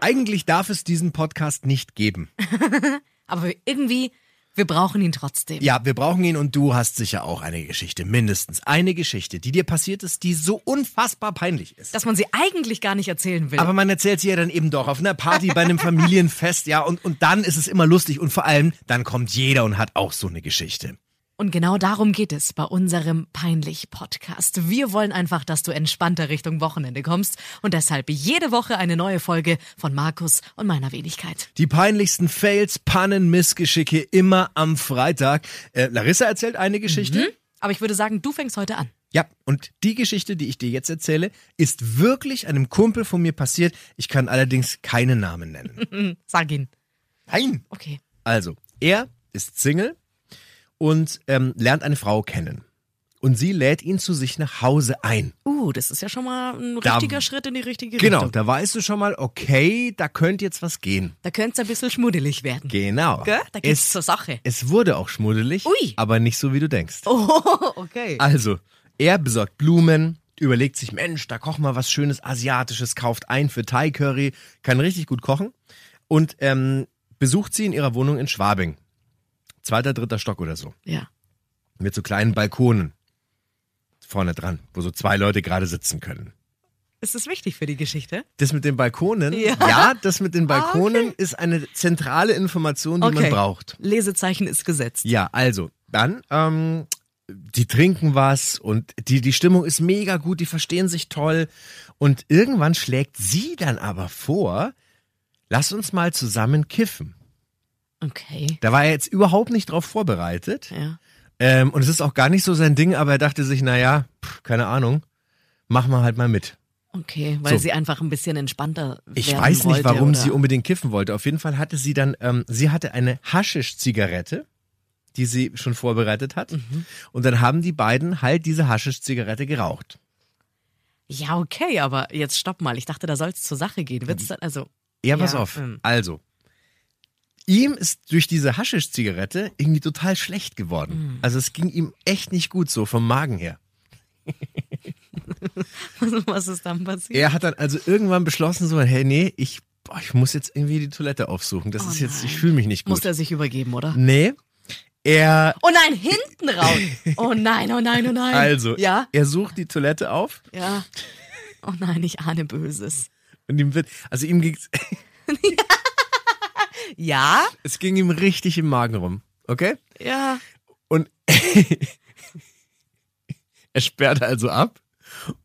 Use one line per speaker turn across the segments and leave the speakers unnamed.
Eigentlich darf es diesen Podcast nicht geben.
Aber irgendwie, wir brauchen ihn trotzdem.
Ja, wir brauchen ihn und du hast sicher auch eine Geschichte, mindestens eine Geschichte, die dir passiert ist, die so unfassbar peinlich ist.
Dass man sie eigentlich gar nicht erzählen will.
Aber man erzählt sie ja dann eben doch auf einer Party, bei einem Familienfest, ja, und, und dann ist es immer lustig und vor allem, dann kommt jeder und hat auch so eine Geschichte.
und genau darum geht es bei unserem Peinlich-Podcast. Wir wollen einfach, dass du entspannter Richtung Wochenende kommst und deshalb jede Woche eine neue Folge von Markus und meiner Wenigkeit.
Die peinlichsten Fails, Pannen, Missgeschicke immer am Freitag. Äh, Larissa erzählt eine Geschichte.
Aber ich würde sagen, du fängst heute an.
Ja, und die Geschichte, die ich dir jetzt erzähle, ist wirklich einem Kumpel von mir passiert. Ich kann allerdings keine Namen nennen.
Sag ihn.
Nein!
Okay.
Also, er ist Single und ähm, lernt eine Frau kennen. Und sie lädt ihn zu sich nach Hause ein.
Uh, das ist ja schon mal ein
Da-
richtiger Schritt in die richtige
Genau,
Richtung.
da weißt du schon mal, okay, da könnte jetzt was gehen.
Da könnte es ein bisschen schmuddelig werden.
Genau.
Gell? Da geht's zur Sache.
Es wurde auch schmuddelig,
Ui.
aber nicht so, wie du denkst.
Oh, okay.
Also, er besorgt Blumen, überlegt sich, Mensch, da koch mal was Schönes Asiatisches, kauft ein für Thai Curry, kann richtig gut kochen und ähm, besucht sie in ihrer Wohnung in Schwabing. Zweiter, dritter Stock oder so.
Ja.
Mit so kleinen Balkonen. Vorne dran, wo so zwei Leute gerade sitzen können.
Ist das wichtig für die Geschichte?
Das mit den Balkonen, ja,
Ja.
das mit den
Ah, okay.
Balkonen ist eine zentrale Information, die man braucht.
Lesezeichen ist gesetzt.
Ja, also, dann, ähm, die trinken was und die, die Stimmung ist mega gut, die verstehen sich toll. Und irgendwann schlägt sie dann aber vor, lass uns mal zusammen kiffen.
Okay.
Da war er jetzt überhaupt nicht drauf vorbereitet.
Ja.
Ähm, und es ist auch gar nicht so sein Ding, aber er dachte sich, naja, pff, keine Ahnung, mach mal halt mal mit.
Okay, weil
So.
sie einfach ein bisschen entspannter
Ich
werden
weiß nicht,
wollte,
warum
oder?
sie um- unbedingt kiffen wollte. Auf jeden Fall hatte sie dann, ähm, sie hatte eine Haschisch-Zigarette, die sie schon vorbereitet hat.
Mhm.
Und dann haben die beiden halt diese Haschisch-Zigarette geraucht.
Ja, okay, aber jetzt stopp mal. Ich dachte, da soll es zur Sache gehen.
Mhm.
Wird's dann also
Ja, pass
Ja,
auf.
ähm.
Also, ihm ist durch diese Haschisch-Zigarette irgendwie total schlecht
Mhm.
geworden. Also es ging ihm echt nicht gut so vom Magen her.
was ist dann passiert?
Er hat dann also irgendwann beschlossen so, hey, nee, ich, boah, ich muss jetzt irgendwie die Toilette aufsuchen. Das
Oh
ist jetzt, ich
nein.
fühle mich nicht gut.
Musste er sich übergeben, oder?
nee, er
Oh nein, hinten raus. Oh nein, oh nein, oh nein.
Also,
Ja?
er sucht die Toilette auf
Ja. Oh nein, ich ahne Böses.
und ihm wird, also ihm ging's,
Ja?
es ging ihm richtig im Magen rum, okay?
Ja.
Und er sperrt also ab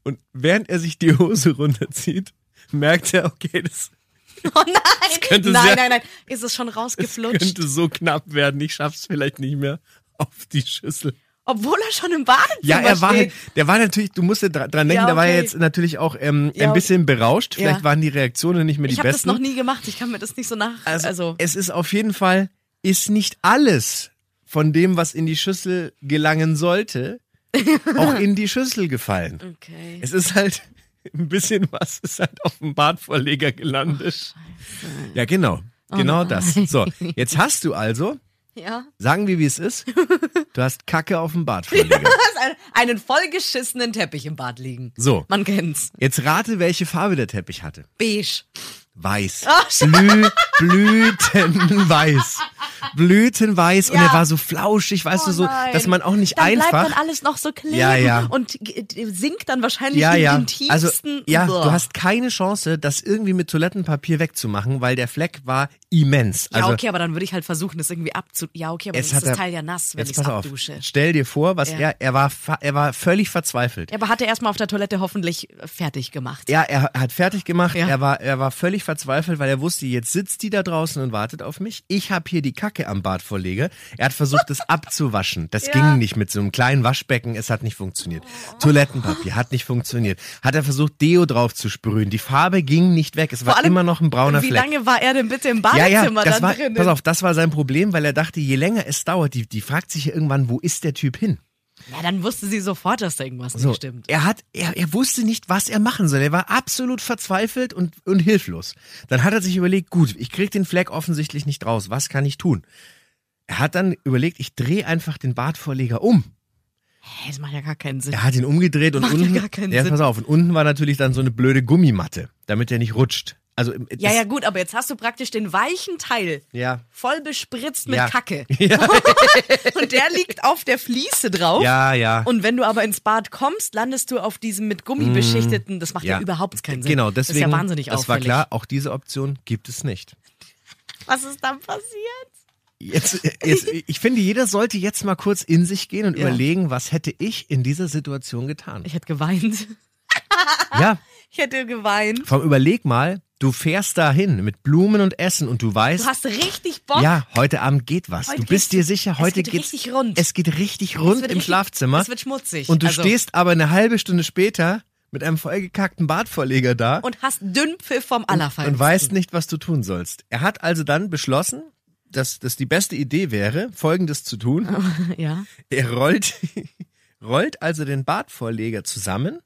und während er sich die Hose runterzieht, merkt er, okay, das
Oh nein.
könnte
nein,
sehr-
nein, nein. Ist es schon rausgeflutscht?
könnte so knapp werden, ich schaff's vielleicht nicht mehr auf die Schüssel.
Obwohl er schon im Badezimmer
Ja, er war, halt,
steht.
der war natürlich, du musst ja dra- dran denken,
Ja,
der war ja
okay.
jetzt natürlich auch ähm,
Ja,
ein
okay.
bisschen berauscht, vielleicht
Ja.
waren die Reaktionen nicht mehr die
Ich habe das
besten.
noch nie gemacht. Ich kann mir das nicht so nach.
Also,
Also,
es ist auf jeden Fall, ist nicht alles von dem, was in die Schüssel gelangen sollte, auch in die Schüssel gefallen.
okay.
Es ist halt ein bisschen was, ist halt auf dem Badvorleger gelandet.
Oh,
ja, genau. Genau das. So, jetzt hast du also,
Ja.
sagen wir, wie es ist, du hast Kacke auf dem Badvorleger.
Du hast einen, einen vollgeschissenen Teppich im Bad liegen.
So,
Man kennt's.
jetzt rate, welche Farbe der Teppich hatte.
Beige.
weiß.
Ach, schade.
Blü Blütenweiß. Blütenweiß und
Ja. Oh
er war so flauschig, weißt du, so, dass man auch nicht
dann
einfach.
bleibt dann alles noch so kleben
Ja, ja.
und g- d- sinkt dann wahrscheinlich
ja,
in
ja.
den tiefsten.
Also, ja,
Boah.
du hast keine Chance, das irgendwie mit Toilettenpapier wegzumachen, weil der Fleck war immens.
Ja,
Also,
okay, aber dann würde ich halt versuchen, das irgendwie abzu. Ja, okay, aber
jetzt
jetzt
hat
ist das
er-
Teil ja nass, wenn
jetzt
ich
pass auf.
abdusche.
Stell dir vor, was
Ja.
er, er war, fa- er war völlig verzweifelt.
Ja, aber hat er erstmal auf der Toilette hoffentlich äh, fertig gemacht.
Ja, er hat fertig gemacht.
Ja.
Er, war, er war völlig verzweifelt, weil er wusste, jetzt sitzt die da draußen und wartet auf mich. Ich habe hier die Kacke am Bad vorlege. Er hat versucht, es abzuwaschen. Das ging nicht mit so einem kleinen Waschbecken. Es hat nicht funktioniert.
Oh.
Toilettenpapier hat nicht funktioniert. Hat er versucht, Deo drauf zu sprühen. Die Farbe ging nicht weg. Es war immer noch ein brauner
Wie
Fleck.
lange war er denn bitte im
Ja,
Badezimmer
ja,
dann
das war,
drin?
pass auf, das war sein Problem, weil er dachte, je länger es dauert, die, die fragt sich ja irgendwann, wo ist der Typ hin?
Na, dann wusste sie sofort, dass da irgendwas
So,
nicht stimmt. Äh,
er hat, er, er wusste nicht, was er machen soll. Er war absolut verzweifelt und, und hilflos. Dann hat er sich überlegt, gut, ich krieg den Fleck offensichtlich nicht raus. Was kann ich tun? Er hat dann überlegt, ich drehe einfach den Badvorleger um.
Hä, das macht ja gar keinen Sinn.
Er hat ihn umgedreht und
Macht ja
unten,
gar keinen
ja,
Sinn.
pass auf, und unten war natürlich dann so eine blöde Gummimatte, damit er nicht rutscht. Also, im-
Ja,
das-
ja, gut, aber jetzt hast du praktisch den weichen Teil
Ja.
voll bespritzt mit
Ja.
Kacke. Und der liegt auf der Fliese drauf.
ja, ja.
Und wenn du aber ins Bad kommst, landest du auf diesem mit Gummi beschichteten. Das macht ja, überhaupt keinen Sinn.
Mm. Genau, deswegen.
Das ist ja wahnsinnig
Das war
auffällig.
klar, auch diese Option gibt es nicht.
Was ist dann passiert?
Jetzt, jetzt, ich finde, jeder sollte jetzt mal kurz in sich gehen und
Ja.
überlegen, was hätte ich in dieser Situation getan?
Ich hätte geweint.
Ja,
Ich hätte geweint.
vom Überleg mal, du fährst dahin mit Blumen und Essen und du weißt,
Du hast richtig Bock.
ja, heute Abend geht was.
Heute
du bist dir
geht's-
sicher,
es
heute
geht
geht's-
richtig rund.
Es geht richtig rund im
wird richtig-
Schlafzimmer.
es wird schmutzig.
Und du
Also-
stehst aber eine halbe Stunde später mit einem vollgekackten Badvorleger da.
Und hast Dünnpfiff vom Allerfeinsten.
und weißt nicht, was du tun sollst. Er hat also dann beschlossen, dass das die beste Idee wäre, folgendes zu tun.
Ja.
Er rollt, rollt also den Badvorleger zusammen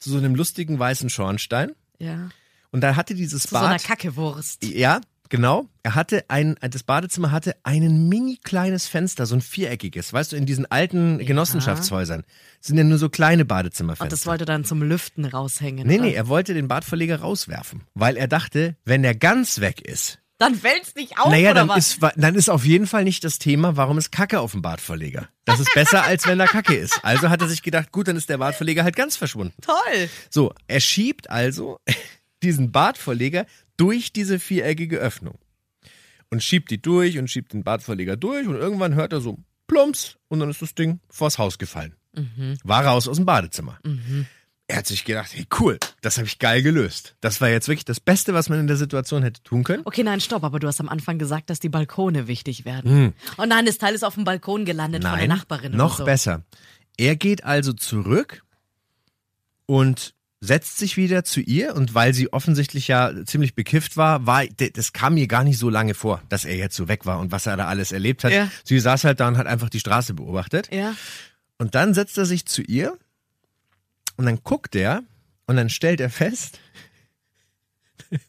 zu so einem lustigen weißen Schornstein
Ja.
und da hatte dieses
Zu so einer
Bad
Kackewurst.
ja, genau. Er hatte ein, das Badezimmer hatte ein mini kleines Fenster, so ein viereckiges, weißt du, in diesen alten Genossenschaftshäusern sind ja nur so kleine
Und Oh, das
Badezimmerfenster.
wollte dann zum Lüften raushängen.
nee,
oder?
nee, er wollte den Badvorleger rauswerfen, weil er dachte, wenn er ganz weg ist,
Dann fällt's nicht auf,
Naja,
oder
dann
was?
ist, wa- dann ist auf jeden Fall nicht das Thema, warum ist Kacke auf dem Bartverleger. Das ist besser, als wenn da Kacke ist. Also hat er sich gedacht, gut, dann ist der Bartverleger halt ganz verschwunden.
Toll.
So, er schiebt also diesen Bartverleger durch diese viereckige Öffnung. Und schiebt die durch und schiebt den Bartverleger durch und irgendwann hört er so plumps und dann ist das Ding vors Haus gefallen.
Mhm.
War raus aus dem Badezimmer. Er hat sich gedacht, hey cool, das habe ich geil gelöst. Das war jetzt wirklich das Beste, was man in der Situation hätte tun können.
Okay, nein, stopp, aber du hast am Anfang gesagt, dass die Balkone wichtig werden. Und nein, das Teil ist auf dem Balkon gelandet von der Nachbarin.
Hm. Noch
oder so.
besser. Er geht also zurück und setzt sich wieder zu ihr und weil sie offensichtlich ja ziemlich bekifft war, war d- das kam mir gar nicht so lange vor, dass er jetzt so weg war und was er da alles erlebt hat.
Ja.
Sie saß halt da und hat einfach die Straße beobachtet
Ja.
und dann setzt er sich zu ihr und dann guckt er und dann stellt er fest,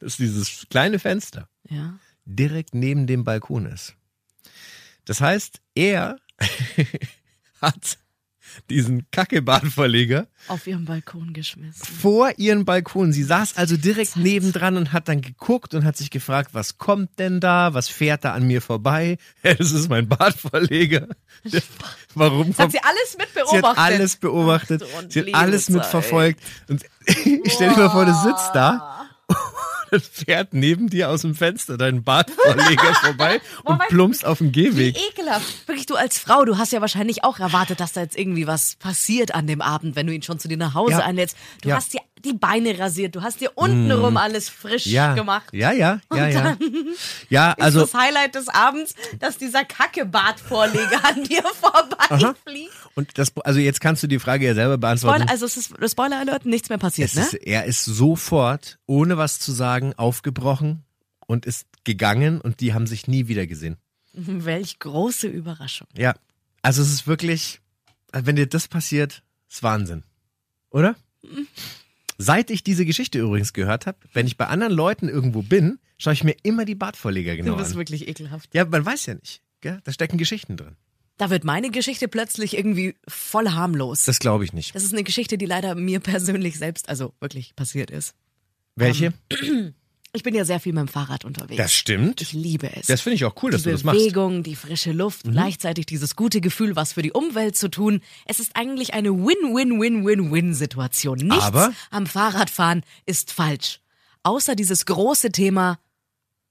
dass dieses kleine Fenster
Ja.
direkt neben dem Balkon ist. Das heißt, er hat diesen Kackebadverleger
Auf ihrem Balkon geschmissen.
vor ihren Balkon. Sie saß also direkt nebendran und hat dann geguckt und hat sich gefragt, was kommt denn da? Was fährt da an mir vorbei? Es ist mein Badverleger. Der- Warum
Das hat
kommt
sie alles mit
Sie
beobachtet.
hat alles beobachtet.
Ach du
Sie hat
liebe
alles
Zeit.
mitverfolgt. Und ich stelle mir vor, du sitzt da und fährt neben dir aus dem Fenster dein Badvorleger vorbei und
Moment.
plumpst auf den
Wie
Gehweg.
ekelhaft. Wirklich, du als Frau, du hast ja wahrscheinlich auch erwartet, dass da jetzt irgendwie was passiert an dem Abend, wenn du ihn schon zu dir nach Hause
Ja.
einlädst. Du
Ja. Hm.
hast dir die Beine rasiert, du hast dir untenrum alles frisch
Ja,
gemacht.
ja, ja, ja, ja. Ja, also
ist das Highlight des Abends, dass dieser Kackebadvorleger an dir vorbeifliegt.
und das, also jetzt kannst du die Frage ja selber beantworten.
Spoiler, also es ist Spoiler Alert, nichts mehr passiert,
Es
ne?
ist, er ist sofort, ohne was zu sagen, aufgebrochen und ist gegangen und die haben sich nie wieder gesehen.
Welch große Überraschung.
Ja. Also es ist wirklich, wenn dir das passiert, ist Wahnsinn. Oder? Seit ich diese Geschichte übrigens gehört habe, wenn ich bei anderen Leuten irgendwo bin, schaue ich mir immer die Badvorleger
Du
genau
bist
an.
wirklich ekelhaft.
Ja, man weiß ja nicht. Gell? Da stecken Geschichten drin.
Da wird meine Geschichte plötzlich irgendwie voll harmlos.
Das glaube ich nicht.
Das ist eine Geschichte, die leider mir persönlich selbst, also wirklich passiert ist.
Welche?
Ich bin ja sehr viel mit dem Fahrrad unterwegs.
Das stimmt.
ich liebe es.
Das finde ich auch cool, dass
die
du das machst. Mhm.
Bewegung, die frische Luft, gleichzeitig dieses gute Gefühl, was für die Umwelt zu tun. Es ist eigentlich eine Win-Win-Win-Win-Win-Situation. Nichts
Aber-
am Fahrradfahren ist falsch. Außer dieses große Thema,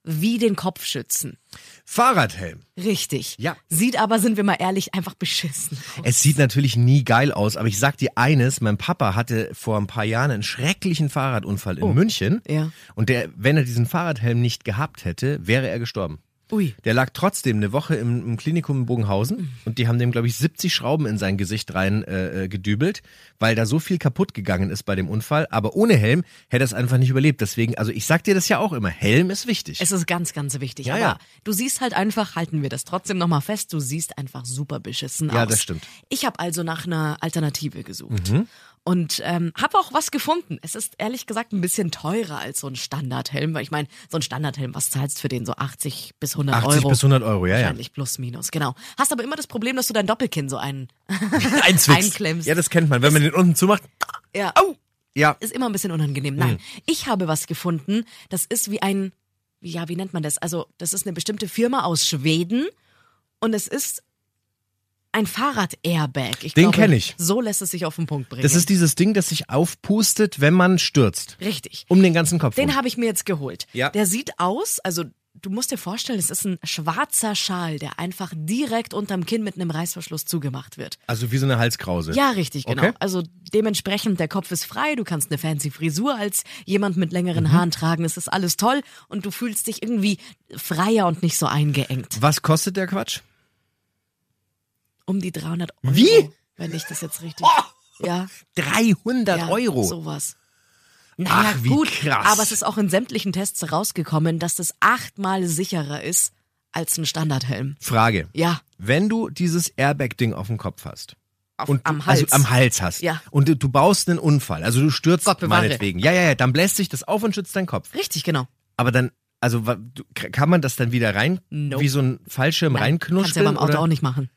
wie den Kopf schützen.
Fahrradhelm.
Richtig.
Ja.
Sieht aber, sind wir mal ehrlich, einfach beschissen. aus.
Es sieht natürlich nie geil aus, aber ich sag dir eines, mein Papa hatte vor ein paar Jahren einen schrecklichen Fahrradunfall in München.
Oh. Ja.
Und der, wenn er diesen Fahrradhelm nicht gehabt hätte, wäre er gestorben.
Ui.
Der lag trotzdem eine Woche im, im Klinikum in Bogenhausen
Mhm.
und die haben dem, glaube ich, 70 Schrauben in sein Gesicht rein äh, äh, gedübelt, weil da so viel kaputt gegangen ist bei dem Unfall. Aber ohne Helm hätte er es einfach nicht überlebt. Deswegen, also ich sag dir das ja auch immer, Helm ist wichtig.
Es ist ganz, ganz wichtig.
Ja,
aber
ja.
du siehst halt einfach, halten wir das trotzdem nochmal fest, du siehst einfach super beschissen aus.
Ja, das stimmt. Mhm.
Ich habe also nach einer Alternative gesucht. Und ähm, habe auch was gefunden. Es ist ehrlich gesagt ein bisschen teurer als so ein Standardhelm, weil ich meine, so ein Standardhelm, was zahlst für den so 80 bis 100 Euro?
80 bis 100 Euro, ja, ja.
Wahrscheinlich plus minus, genau. Hast aber immer das Problem, dass du dein Doppelkinn so ein
Einzwickst.
Einklemst.
Ja, das kennt man. Wenn man den unten zumacht,
ja.
ja,
ist immer ein bisschen unangenehm. Nein,
Mhm.
ich habe was gefunden, das ist wie ein, ja, wie nennt man das? Also, das ist eine bestimmte Firma aus Schweden und es ist ein Fahrrad-Airbag. Ich
Den
glaube,
kenn ich.
So lässt es sich auf den Punkt bringen.
das ist dieses Ding, das sich aufpustet, wenn man stürzt.
Richtig.
Um den ganzen Kopf.
Den
rum.
habe ich mir jetzt geholt.
Ja.
Der sieht aus, also du musst dir vorstellen, es ist ein schwarzer Schal, der einfach direkt unterm Kinn mit einem Reißverschluss zugemacht wird.
also wie so eine Halskrause.
Ja, richtig, genau.
Okay.
Also dementsprechend, der Kopf ist frei, du kannst eine fancy Frisur als jemand mit längeren
Mhm.
Haaren tragen, es ist alles toll und du fühlst dich irgendwie freier und nicht so eingeengt.
Was kostet der Quatsch?
Um die 300 Euro.
Wie?
Wenn ich das jetzt richtig... Ja,
300
ja,
Euro.
sowas. Naja,
Ach, wie
gut,
krass.
aber es ist auch in sämtlichen Tests herausgekommen, dass das achtmal sicherer ist als ein Standardhelm.
Frage.
Ja,
Wenn du dieses Airbag-Ding auf dem Kopf hast.
Auf-
und du,
am Hals.
Also am Hals hast.
Ja.
Und du, du baust einen Unfall. Also du stürzt
Gott bewahre.
meinetwegen. Ja, ja, ja. Dann bläst sich das auf und schützt deinen Kopf.
richtig, genau.
Aber dann, also wa- du- k- kann man das dann wieder rein,
Nope.
wie so ein Fallschirm
Nein, Kannst du
reinknuscheln?
ja beim Auto
oder?
auch nicht machen.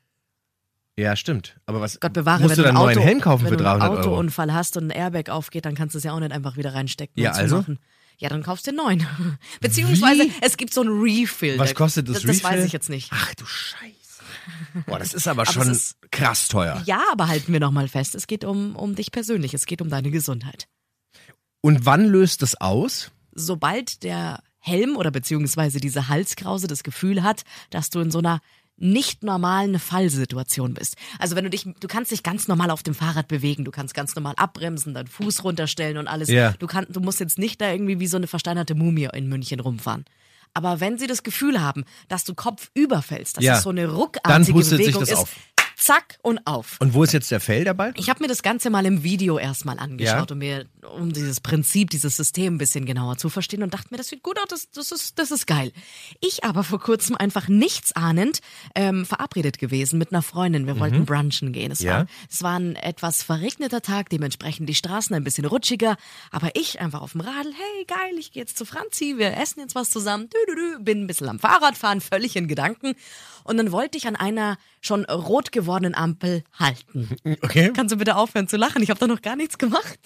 Ja, stimmt. Aber was,
Gott bewahre,
musst
wenn
du
du
dann
ein
neuen
Auto,
Helm kaufen
wenn
für 300
du einen
Euro?
Autounfall hast und ein Airbag aufgeht, dann kannst du es ja auch nicht einfach wieder reinstecken
Ja,
und
also?
zumachen. Ja, dann kaufst du den neuen. Beziehungsweise
Wie?
es gibt so ein Refill.
Was
Der-
kostet das
das Das weiß
Refill?
ich jetzt nicht.
Ach du Scheiße. Boah, das ist aber
es
schon
ist-
krass teuer.
Ja, aber halten wir nochmal fest, es geht um, um dich persönlich, es geht um deine Gesundheit.
Und wann löst das aus?
Sobald der Helm oder beziehungsweise diese Halskrause das Gefühl hat, dass du in so einer nicht normalen Fallsituation bist. Also wenn du dich, du kannst dich ganz normal auf dem Fahrrad bewegen, du kannst ganz normal abbremsen, deinen Fuß runterstellen und alles.
Ja.
Du, kann, du musst jetzt nicht da irgendwie wie so eine versteinerte Mumie in München rumfahren. Aber wenn sie das Gefühl haben, dass du Kopf überfällst, dass
Ja.
es so eine
Dann
ruckartige
pustet sich
Bewegung
das
ist,
auf.
zack und auf.
Und wo ist jetzt der Fell dabei?
Ich habe mir das Ganze mal im Video erstmal angeschaut,
Ja.
um mir um dieses Prinzip, dieses System ein bisschen genauer zu verstehen und dachte mir, das sieht gut aus, das, das, ist, das ist geil. Ich aber vor kurzem einfach nichts ahnend ähm, verabredet gewesen mit einer Freundin. Wir wollten brunchen gehen. Es,
Mhm. Ja.
war, es war ein etwas verregneter Tag, dementsprechend die Straßen ein bisschen rutschiger, aber ich einfach auf dem Radl, hey geil, ich gehe jetzt zu Franzi, wir essen jetzt was zusammen, dü, dü, dü, bin ein bisschen am Fahrradfahren, völlig in Gedanken und dann wollte ich an einer schon rot gewordenen Ampel halten.
Okay.
Kannst du bitte aufhören zu lachen? Ich habe da noch gar nichts gemacht.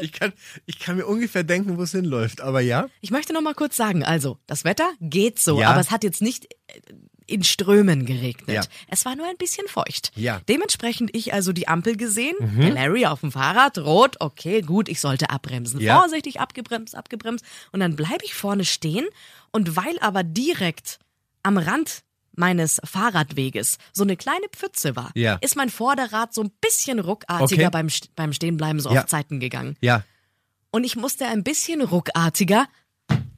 Ich kann, ich kann mir ungefähr denken, wo es hinläuft, aber ja.
Ich möchte noch mal kurz sagen, also, das Wetter geht so,
Ja.
aber es hat jetzt nicht äh, in Strömen geregnet.
Ja.
Es war nur ein bisschen feucht.
Ja. Mhm.
Dementsprechend ich also die Ampel gesehen, der Larry auf dem Fahrrad, rot, okay, gut, ich sollte abbremsen.
Ja.
Vorsichtig abgebremst, abgebremst und dann bleibe ich vorne stehen und weil aber direkt am Rand meines Fahrradweges so eine kleine Pfütze war,
Ja.
ist mein Vorderrad so ein bisschen ruckartiger
Okay.
beim, St- beim Stehenbleiben so
Ja.
auf Zeiten gegangen.
Ja.
Und ich musste ein bisschen ruckartiger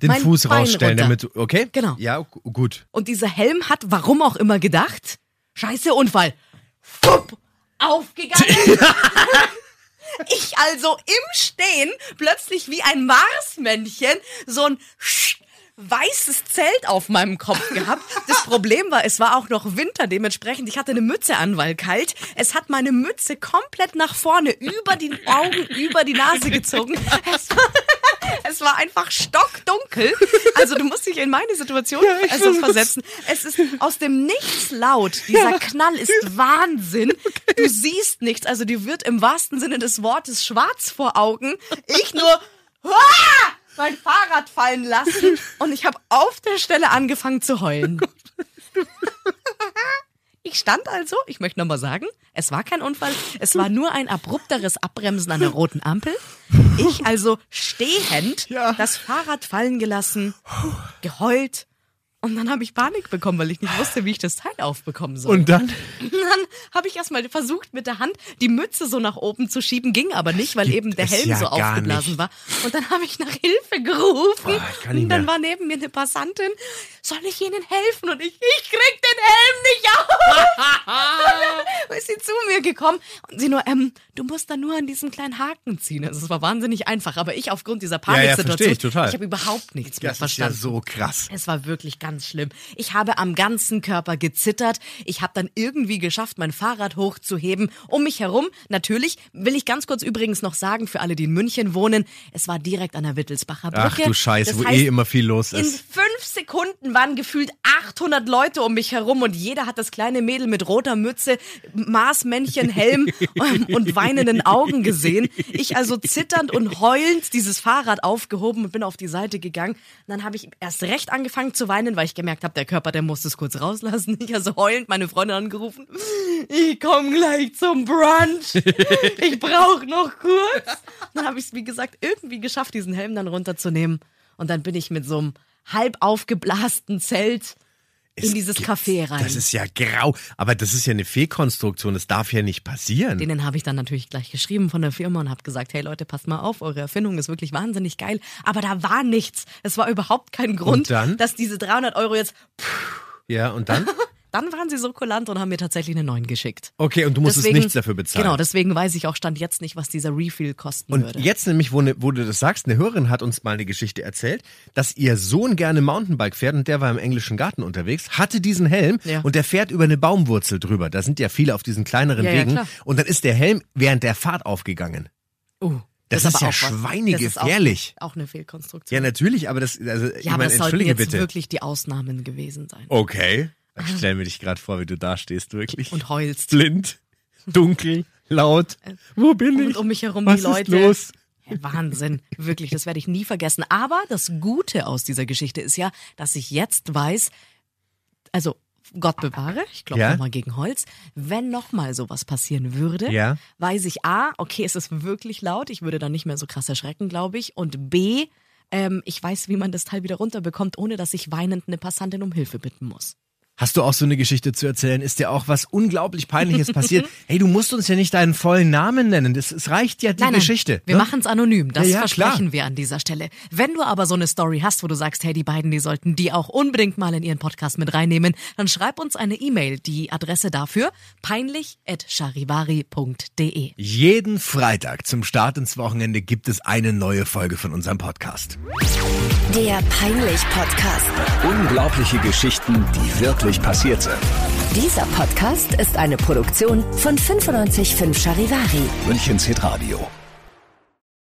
Den
Mein
Fuß
Bein
rausstellen,
runter.
damit du, okay?
Genau.
Ja, gu- gut.
Und dieser Helm hat, warum auch immer, gedacht, scheiße Unfall. Fupp, aufgegangen. ich also im Stehen plötzlich wie ein Marsmännchen so ein Sch- weißes Zelt auf meinem Kopf gehabt. Das Problem war, es war auch noch Winter dementsprechend. Ich hatte eine Mütze an, weil kalt. Es hat meine Mütze komplett nach vorne über die Augen, über die Nase gezogen. Es war, es war einfach stockdunkel. Also du musst dich in meine Situation also versetzen. Es ist aus dem Nichts laut. Dieser Knall ist Wahnsinn. Du siehst nichts. Also dir wird im wahrsten Sinne des Wortes schwarz vor Augen. Ich nur "Huah!" mein Fahrrad fallen lassen und ich habe auf der Stelle angefangen zu heulen. Ich stand also, ich möchte nochmal sagen, es war kein Unfall, es war nur ein abrupteres Abbremsen an der roten Ampel. Ich also stehend
Ja.
das Fahrrad fallen gelassen, geheult Und dann habe ich Panik bekommen, weil ich nicht wusste, wie ich das Teil aufbekommen soll.
Und dann
Und dann habe ich erstmal versucht, mit der Hand die Mütze so nach oben zu schieben, ging aber nicht, weil
gibt
eben der
es
Helm
ja
so
gar
aufgeblasen
nicht.
war. Und dann habe ich nach Hilfe gerufen.
Boah, ich kann nicht
und dann
mehr.
war neben mir eine Passantin, soll ich ihnen helfen? Und ich, ich krieg den Helm nicht auf. und dann ist sie zu mir gekommen und sie nur, ähm, du musst da nur an diesem kleinen Haken ziehen. Also es war wahnsinnig einfach, aber ich aufgrund dieser
ja,
Paniksituation,
verstehe ich total.
ich habe überhaupt nichts mehr
das ist
verstanden.
ja so krass.
Es war wirklich ganz schlimm. Ich habe am ganzen Körper gezittert. Ich habe dann irgendwie geschafft, mein Fahrrad hochzuheben. Um mich herum, natürlich, will ich ganz kurz übrigens noch sagen, für alle, die in München wohnen, es war direkt an der Wittelsbacher Brücke.
Ach du Scheiß,
das
wo
heißt,
eh immer viel los
in
ist.
fünf Sekunden waren gefühlt 800 Leute um mich herum und jeder hat das kleine Mädel mit roter Mütze, Marsmännchen, Helm ähm, und weinenden Augen gesehen. Ich also zitternd und heulend dieses Fahrrad aufgehoben und bin auf die Seite gegangen. Und dann habe ich erst recht angefangen zu weinen, weil ich gemerkt habe, der Körper, der muss es kurz rauslassen. Ich also heulend meine Freundin angerufen. Ich komme gleich zum Brunch. Ich brauche noch kurz. Dann habe ich es, wie gesagt, irgendwie geschafft, diesen Helm dann runterzunehmen. Und dann bin ich mit so einem halb aufgeblasten Zelt in dieses
gibt's-
Café rein.
Das ist ja grau. Aber das ist ja eine Fehlkonstruktion. Das darf ja nicht passieren.
Denen habe ich dann natürlich gleich geschrieben von der Firma und habe gesagt, hey Leute, passt mal auf, eure Erfindung ist wirklich wahnsinnig geil. Aber da war nichts. Es war überhaupt kein Grund,
dann?
dass diese 300 Euro jetzt...
ja, und dann?
Dann waren sie so kulant und haben mir tatsächlich einen neuen geschickt.
Okay, und du musstest
Deswegen-
nichts dafür bezahlen.
Genau, deswegen weiß ich auch Stand jetzt nicht, was dieser Refill kosten
Und
würde.
jetzt nämlich, wo, ne, wo du das sagst, eine Hörerin hat uns mal eine Geschichte erzählt, dass ihr Sohn gerne Mountainbike fährt und der war im englischen Garten unterwegs, hatte diesen Helm
Ja.
und der fährt über eine Baumwurzel drüber. Da sind ja viele auf diesen kleineren
Ja, ja,
Wegen.
klar.
und dann ist der Helm während der Fahrt aufgegangen.
Oh,
Das ist
aber
ja
auch was.
schweinegefährlich.
Das ist auch, auch eine
Ja,
Fehlkonstruktion.
natürlich, aber das, also, ich
Ja, aber
meine,
das sollten
entschuldige
jetzt
bitte.
wirklich die Ausnahmen gewesen sein.
Okay. Ich stell mir dich gerade vor, wie du da stehst, wirklich.
Und heulst.
Blind, dunkel, laut. Wo bin ich?
Und um mich herum
Was
die Leute.
Ist los?
Ja, Wahnsinn, wirklich, das werde ich nie vergessen. Aber das Gute aus dieser Geschichte ist ja, dass ich jetzt weiß, also Gott bewahre, ich glaube
Ja.
nochmal gegen Holz, wenn nochmal sowas passieren würde,
Ja.
weiß ich A, okay, es ist wirklich laut, ich würde dann nicht mehr so krass erschrecken, glaube ich, und B, ähm, ich weiß, wie man das Teil wieder runterbekommt, ohne dass ich weinend eine Passantin um Hilfe bitten muss.
Hast du auch so eine Geschichte zu erzählen? Ist dir auch was unglaublich Peinliches passiert? Hey, du musst uns ja nicht deinen vollen Namen nennen. Das, es reicht ja die Geschichte.
Wir
ne?
machen es anonym, das
Ja, ja,
versprechen
klar.
wir an dieser Stelle. Wenn du aber so eine Story hast, wo du sagst, hey, die beiden, die sollten die auch unbedingt mal in ihren Podcast mit reinnehmen, dann schreib uns eine E-Mail. Die Adresse dafür peinlich.charivari.de.
Jeden Freitag zum Start ins Wochenende gibt es eine neue Folge von unserem Podcast.
Der Peinlich-Podcast.
Unglaubliche Geschichten, die wirklich passiert sind.
Dieser Podcast ist eine Produktion von 955 Charivari.
Münchens Hitradio.